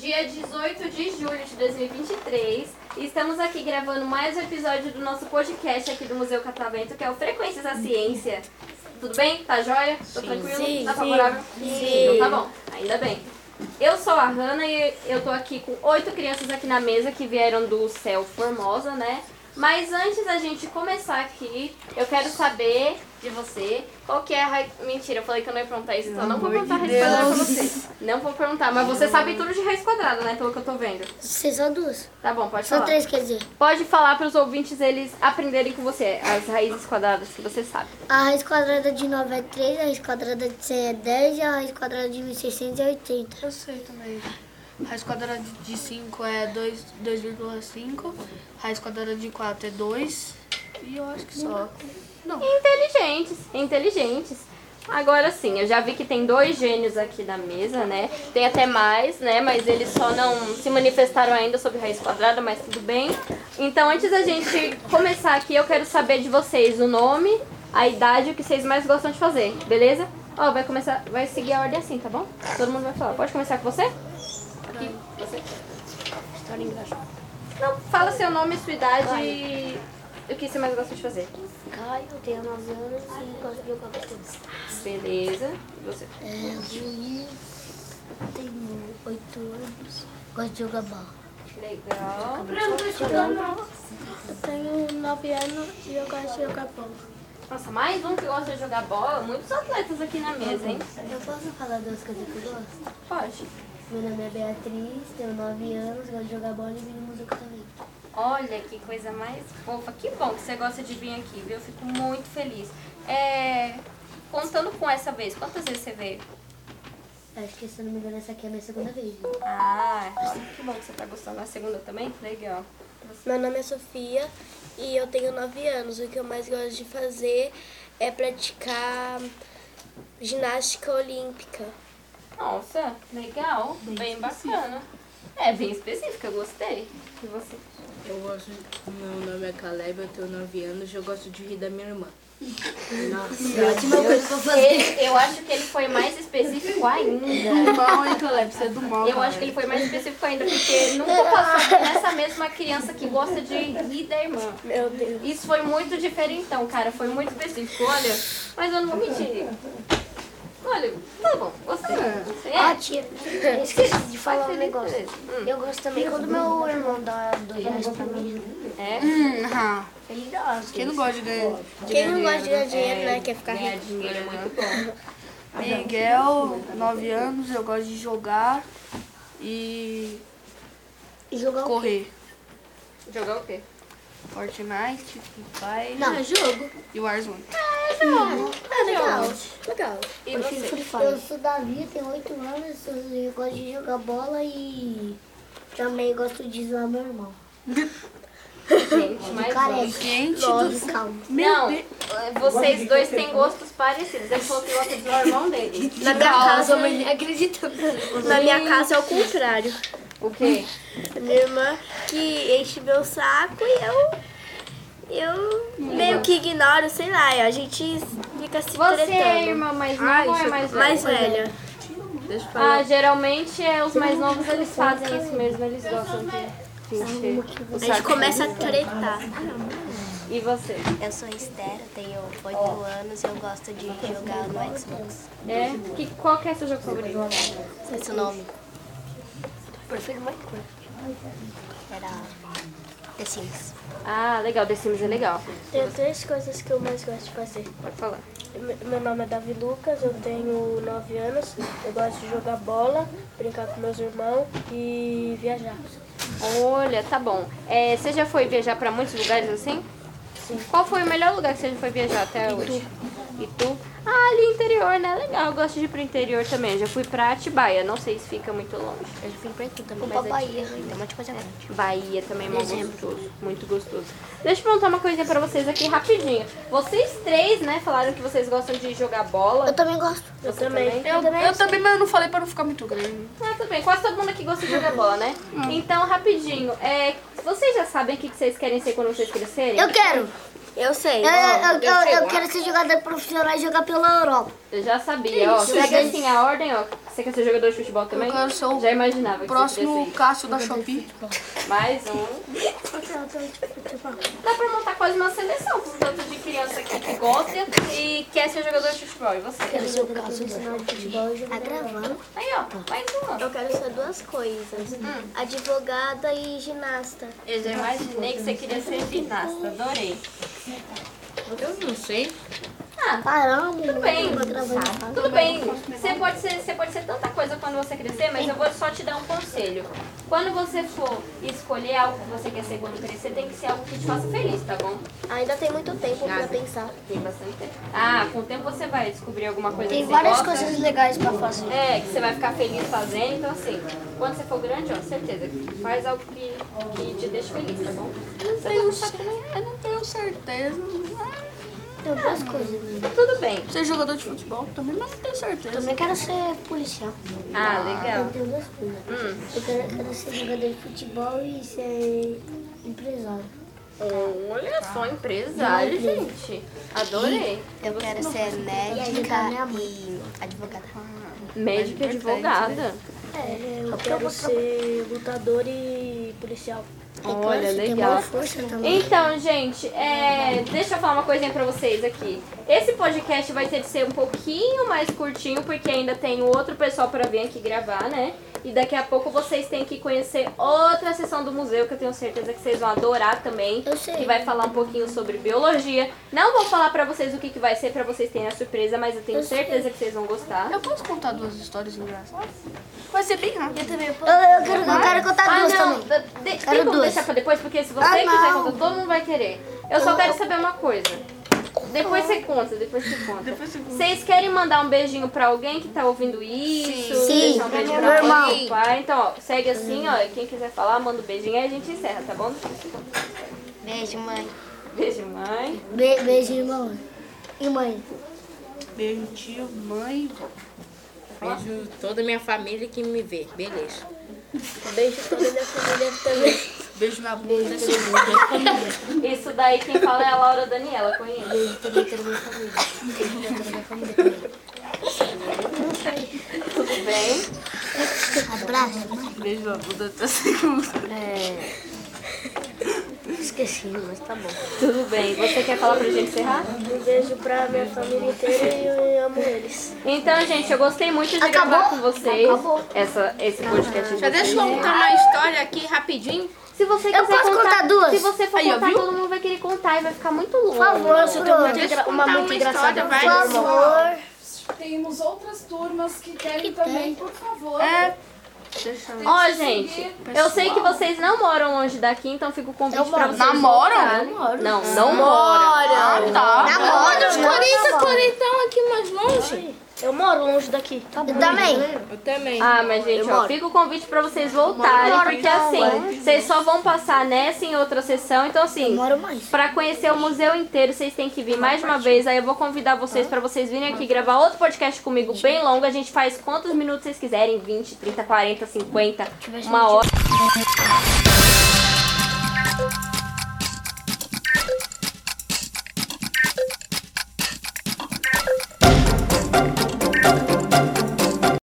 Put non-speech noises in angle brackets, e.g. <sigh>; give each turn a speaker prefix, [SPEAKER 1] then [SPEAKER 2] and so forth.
[SPEAKER 1] Dia 18 de julho de 2023, e estamos aqui gravando mais um episódio do nosso podcast aqui do Museu Catavento, que é o Frequências da Ciência. Tudo bem? Tá joia? Tô tranquilo?
[SPEAKER 2] Sim,
[SPEAKER 1] tá
[SPEAKER 2] sim.
[SPEAKER 1] favorável?
[SPEAKER 2] Sim.
[SPEAKER 1] Então tá bom, ainda bem. Eu sou a Hanna e eu tô aqui com oito crianças aqui na mesa que vieram do céu Formosa, né? Mas antes da gente começar aqui, eu quero saber de você qual que é a... ra- Mentira, eu falei que eu não ia perguntar isso, então não vou perguntar a raiz quadrada pra você. Não vou perguntar, mas você sabe tudo de raiz quadrada, né? Pelo que eu tô vendo.
[SPEAKER 3] Você só duas.
[SPEAKER 1] Tá bom, pode
[SPEAKER 3] Só
[SPEAKER 1] falar.
[SPEAKER 3] três, quer dizer.
[SPEAKER 1] Pode falar para os ouvintes eles aprenderem com você as raízes quadradas que você sabe.
[SPEAKER 3] A raiz quadrada de 9 é 3, a raiz quadrada de 100 é 10 e a raiz quadrada de 1680 é 80.
[SPEAKER 2] Eu sei também. Raiz quadrada de 5 é dois- 2,5. Raiz quadrada de 4 é 2. E eu acho que só. Não.
[SPEAKER 1] Inteligentes, inteligentes. Agora sim, eu já vi que tem dois gênios aqui na mesa, né? Tem até mais, né? Mas eles só não se manifestaram ainda sobre raiz quadrada, mas tudo bem. Então, antes da gente começar aqui, eu quero saber de vocês o nome, a idade e o que vocês mais gostam de fazer, beleza? Ó, vai começar, vai seguir a ordem assim, tá bom? Todo mundo vai falar. Pode começar com você? Aqui, você.
[SPEAKER 2] História engraçada.
[SPEAKER 1] Não, fala seu nome, sua idade e o que você mais gosta de fazer.
[SPEAKER 3] Caio, tenho 9 anos e gosto de jogar futebol.
[SPEAKER 1] Beleza. E você?
[SPEAKER 3] É, Juí, tenho 8 anos, gosto de jogar bola.
[SPEAKER 1] Legal.
[SPEAKER 3] Eu tenho 9 anos e eu gosto de jogar bola.
[SPEAKER 1] Nossa, mais um que gosta de jogar bola. Muitos atletas aqui na mesa, hein?
[SPEAKER 3] Eu posso falar duas coisas que eu gosto?
[SPEAKER 1] Pode.
[SPEAKER 3] Meu nome é Beatriz, tenho 9 anos, gosto de jogar bola e vim no museu também.
[SPEAKER 1] Olha que coisa mais fofa. Que bom que você gosta de vir aqui, viu? Eu Fico muito feliz. É, Contando com essa vez, quantas vezes você veio?
[SPEAKER 3] Acho que, se eu não me engano, essa aqui é a minha segunda vez.
[SPEAKER 1] Ah, que bom que você tá gostando. A segunda também? Legal.
[SPEAKER 4] Meu nome é Sofia e eu tenho 9 anos. O que eu mais gosto de fazer é praticar ginástica olímpica.
[SPEAKER 1] Nossa, legal. Bem bacana. É, bem específica. Eu gostei. E você?
[SPEAKER 5] Eu gosto, meu nome é Caleb, eu tenho 9 anos e eu gosto de rir da minha <laughs> irmã.
[SPEAKER 1] Ele- eu acho que ele foi mais específico ainda.
[SPEAKER 5] Bom, hein, Caleb? Você é do mal,
[SPEAKER 1] Eu acho que ele foi mais específico ainda, porque nunca passou nessa mesma criança que gosta de rir da irmã.
[SPEAKER 4] Meu Deus.
[SPEAKER 1] Isso foi muito diferentão, cara. Foi muito específico. Olha, mas eu não vou mentir. Olha, tá bom. Gostei.
[SPEAKER 3] Ah,
[SPEAKER 1] É,
[SPEAKER 3] tia, eu esqueci de falar um negócio.
[SPEAKER 1] Hum.
[SPEAKER 3] Eu gosto também quando meu irmão dá dois reais pra mim.
[SPEAKER 1] é.
[SPEAKER 5] Hum.
[SPEAKER 3] Ele dá. às
[SPEAKER 5] Quem
[SPEAKER 3] vezes.
[SPEAKER 5] não gosta de ganhar?
[SPEAKER 4] Quem não gosta de ganhar dinheiro, né? Quer ficar
[SPEAKER 1] Ganhar
[SPEAKER 4] rico.
[SPEAKER 1] dinheiro é muito bom.
[SPEAKER 5] Ah, Miguel, 9 anos, eu gosto de jogar e
[SPEAKER 3] E jogar um o quê?
[SPEAKER 5] correr.
[SPEAKER 1] Jogar o quê?
[SPEAKER 5] Fortnite, Free Fire
[SPEAKER 3] Não, jogo.
[SPEAKER 5] e Warzone.
[SPEAKER 3] É legal.
[SPEAKER 4] Legal.
[SPEAKER 1] E você?
[SPEAKER 3] Eu sou Davi, tenho 8 anos, eu gosto de jogar bola e também gosto de zoar meu irmão.
[SPEAKER 1] Gente, mais um.
[SPEAKER 3] Careca.
[SPEAKER 5] Gente do
[SPEAKER 3] Logo, calma.
[SPEAKER 1] Não, é, vocês dois têm gostos parecidos. Ele falou que gosta do irmão dele.
[SPEAKER 4] Na minha casa, na
[SPEAKER 3] <laughs>
[SPEAKER 4] minha casa é o contrário.
[SPEAKER 1] O quê?
[SPEAKER 4] Minha irmã que enche meu saco e eu. Eu meio que ignoro, sei lá, a gente fica se
[SPEAKER 1] Você é
[SPEAKER 4] tretando.
[SPEAKER 1] irmã mais nova ou é mais velha?
[SPEAKER 4] Mais velha.
[SPEAKER 5] Deixa eu falar.
[SPEAKER 1] Ah, geralmente é os mais novos eles fazem isso mesmo, eles gostam de encher o
[SPEAKER 4] A gente
[SPEAKER 1] saco.
[SPEAKER 4] começa a tretar.
[SPEAKER 1] E você?
[SPEAKER 6] Eu sou Esther, eu tenho 8 anos e eu gosto de jogar no Xbox.
[SPEAKER 1] É? Que, qual que é seu jogo favorito?
[SPEAKER 6] Esse nome? Era The Sims.
[SPEAKER 1] Ah, legal, The Sims é legal.
[SPEAKER 4] Tem três coisas que eu mais gosto de fazer.
[SPEAKER 1] Pode falar.
[SPEAKER 4] Me- Meu nome é Davi Lucas, eu tenho 9 anos, eu gosto de jogar bola, brincar com meus irmãos e viajar.
[SPEAKER 1] Olha, tá bom. É, você já foi viajar pra muitos lugares assim? Sim. Qual foi o melhor lugar que você já foi viajar até hoje? E tu? Ah, ali interior, né? Legal, eu gosto de ir pro interior também. Eu já fui pra Atibaia, não sei se fica muito longe.
[SPEAKER 6] Eu já fui pra Itu também,
[SPEAKER 3] Vou pra
[SPEAKER 6] mas é
[SPEAKER 3] Bahia.
[SPEAKER 6] tipo, tem um monte de coisa grande.
[SPEAKER 1] Bahia também é mó
[SPEAKER 5] Uhum.
[SPEAKER 1] gostoso, muito gostoso. Deixa eu perguntar uma coisinha pra vocês aqui rapidinho. Vocês três, né, falaram que vocês gostam de jogar bola.
[SPEAKER 3] Eu também gosto.
[SPEAKER 1] Você também?
[SPEAKER 5] Eu, eu também, mas eu não falei pra não ficar muito grande.
[SPEAKER 1] Ah, tudo bem. Quase todo mundo aqui gosta de jogar bola, né?
[SPEAKER 5] Hum.
[SPEAKER 1] Então, rapidinho, é, vocês já sabem o que que vocês querem ser quando vocês crescerem?
[SPEAKER 3] Eu quero.
[SPEAKER 4] Eu sei.
[SPEAKER 3] Eu, eu, eu, eu quero ser jogador profissional e jogar pela Europa.
[SPEAKER 1] Eu já sabia, ó. Pega assim a ordem, ó. Você quer ser jogador de futebol também?
[SPEAKER 5] quero ser o
[SPEAKER 1] Já imaginava que
[SPEAKER 5] Próximo
[SPEAKER 1] você queria
[SPEAKER 5] Cássio da Shopee.
[SPEAKER 1] ser. Mais um. Dá pra montar quase uma seleção com tanto de criança aqui que gosta e quer ser jogador de futebol. E você?
[SPEAKER 3] Quero ser jogador profissional de futebol e jogar. Tá gravando?
[SPEAKER 1] Aí, ó. Mais uma.
[SPEAKER 4] Eu quero ser duas coisas.
[SPEAKER 3] Hum.
[SPEAKER 4] Advogada e ginasta.
[SPEAKER 1] Eu já imaginei que você queria ser ginasta. Adorei.
[SPEAKER 7] Eu não sei.
[SPEAKER 1] Ah,
[SPEAKER 3] Paramos.
[SPEAKER 1] Tudo bem.
[SPEAKER 3] Tá gravando.
[SPEAKER 1] Tudo bem, você pode, ser, você pode ser tanta coisa quando você crescer, mas eu vou só te dar um conselho. Quando você for escolher algo que você quer ser quando crescer, tem que ser algo que te faça feliz, tá bom?
[SPEAKER 4] Ainda tem muito tempo pra pensar.
[SPEAKER 1] Tem bastante tempo. Ah, com o tempo você vai descobrir alguma coisa
[SPEAKER 3] Tem
[SPEAKER 1] que você
[SPEAKER 3] várias
[SPEAKER 1] gosta.
[SPEAKER 3] coisas legais pra fazer.
[SPEAKER 1] É, que você vai ficar feliz fazendo. Então, assim, quando você for grande, ó, certeza, faz algo que, que te deixa feliz, tá bom? Você vai gostar também.
[SPEAKER 5] Eu não tenho certeza. Ah,
[SPEAKER 3] Tem várias coisas. Né?
[SPEAKER 1] Tudo bem.
[SPEAKER 5] Ser jogador de futebol também, mas não tenho certeza.
[SPEAKER 3] Também quero ser policial.
[SPEAKER 1] Ah, legal.
[SPEAKER 3] Eu tenho duas coisas.
[SPEAKER 4] Hum.
[SPEAKER 3] Eu quero, eu quero ser jogador de futebol e ser empresário.
[SPEAKER 1] Olha só, empresário, gente. Adorei.
[SPEAKER 6] Eu quero ser
[SPEAKER 3] ajudar minha
[SPEAKER 6] médica
[SPEAKER 3] mãe.
[SPEAKER 6] e advogada.
[SPEAKER 1] Médica e advogada.
[SPEAKER 3] É, eu,
[SPEAKER 4] Quero ser lutador e policial.
[SPEAKER 1] Olha,
[SPEAKER 3] Tem
[SPEAKER 1] legal.
[SPEAKER 3] maior força também.
[SPEAKER 1] Então, gente, é, deixa eu falar uma coisinha pra vocês aqui. Esse podcast vai ter de ser um pouquinho mais curtinho, porque ainda tem outro pessoal pra vir aqui gravar, né? E daqui a pouco vocês têm que conhecer outra sessão do museu, que eu tenho certeza que vocês vão adorar também.
[SPEAKER 3] Eu sei.
[SPEAKER 1] Que vai falar um pouquinho sobre biologia. Não vou falar pra vocês o que, que vai ser, pra vocês terem a surpresa, mas eu tenho certeza que vocês vão gostar.
[SPEAKER 5] Eu posso contar duas histórias engraçadas? Vai ser bem rápido. Eu também
[SPEAKER 3] Eu, eu quero, eu quero contar
[SPEAKER 1] Ah,
[SPEAKER 3] duas
[SPEAKER 1] não.
[SPEAKER 3] também.
[SPEAKER 1] de- Tem
[SPEAKER 3] Quero
[SPEAKER 1] como
[SPEAKER 3] duas.
[SPEAKER 1] deixar pra depois, porque se você
[SPEAKER 3] Ah,
[SPEAKER 1] quiser
[SPEAKER 3] não.
[SPEAKER 1] contar, todo mundo vai querer. Eu só quero saber uma coisa. Depois você conta, depois você conta. Vocês querem mandar um beijinho pra alguém que tá ouvindo isso?
[SPEAKER 3] Sim.
[SPEAKER 1] Deixar um
[SPEAKER 3] Sim.
[SPEAKER 1] beijo
[SPEAKER 3] Meu
[SPEAKER 1] pra
[SPEAKER 3] irmão.
[SPEAKER 1] mãe, pro pai. Então, ó, segue assim, ó. e Quem quiser falar, manda um beijinho aí a gente encerra, tá bom?
[SPEAKER 6] Beijo, mãe.
[SPEAKER 1] Beijo, mãe.
[SPEAKER 3] Be- beijo, irmão. E mãe?
[SPEAKER 5] Beijo, tio, mãe. vó.
[SPEAKER 7] Beijo toda a minha família que me vê. Beleza.
[SPEAKER 4] Beijo toda a minha família também.
[SPEAKER 5] Beijo na bunda.
[SPEAKER 1] Isso daí quem fala é a Laura Daniela, conheço. Tudo bem?
[SPEAKER 3] Abraço.
[SPEAKER 5] Beijo na bunda até segunda.
[SPEAKER 3] Esqueci, mas tá bom.
[SPEAKER 1] Tudo bem. Você quer falar pra gente encerrar?
[SPEAKER 4] Um beijo pra minha família inteira e eu amo eles.
[SPEAKER 1] Então, gente, eu gostei muito de
[SPEAKER 3] Acabou?
[SPEAKER 1] gravar com vocês
[SPEAKER 3] Acabou.
[SPEAKER 1] Essa, esse podcast. de
[SPEAKER 7] Já deixa
[SPEAKER 1] vocês.
[SPEAKER 7] eu contar uma história aqui rapidinho.
[SPEAKER 1] Se você
[SPEAKER 3] Eu
[SPEAKER 1] quiser
[SPEAKER 3] posso
[SPEAKER 1] contar,
[SPEAKER 3] contar duas?
[SPEAKER 1] Se você for
[SPEAKER 5] Aí, ó,
[SPEAKER 1] contar,
[SPEAKER 5] viu?
[SPEAKER 1] todo mundo vai querer contar e vai ficar muito longo.
[SPEAKER 3] Por favor, Bruno.
[SPEAKER 7] Deixa eu contar uma história, vai.
[SPEAKER 3] Por favor.
[SPEAKER 8] Temos outras turmas que querem também, por favor.
[SPEAKER 1] Ó, gente, eu sei que vocês não moram longe daqui, então fica o convite pra vocês.
[SPEAKER 5] Namoram?
[SPEAKER 1] voltarem. Não, não moram.
[SPEAKER 5] Ah, Tá.
[SPEAKER 3] Namoro, namoro.
[SPEAKER 7] Então aqui mais longe.
[SPEAKER 4] Eu moro longe daqui.
[SPEAKER 6] tá
[SPEAKER 3] Eu também.
[SPEAKER 7] Eu também.
[SPEAKER 1] Ah, mas gente, ó, fica o convite pra vocês voltarem, porque assim, vocês só vão passar nessa em outra sessão, então assim,
[SPEAKER 3] Demora mais.
[SPEAKER 1] Pra conhecer o museu inteiro, vocês têm que vir mais de uma vez. Aí eu vou convidar vocês pra vocês virem aqui gravar outro podcast comigo bem longo. A gente faz quantos minutos vocês quiserem, 20, 30, 40, 50, uma hora.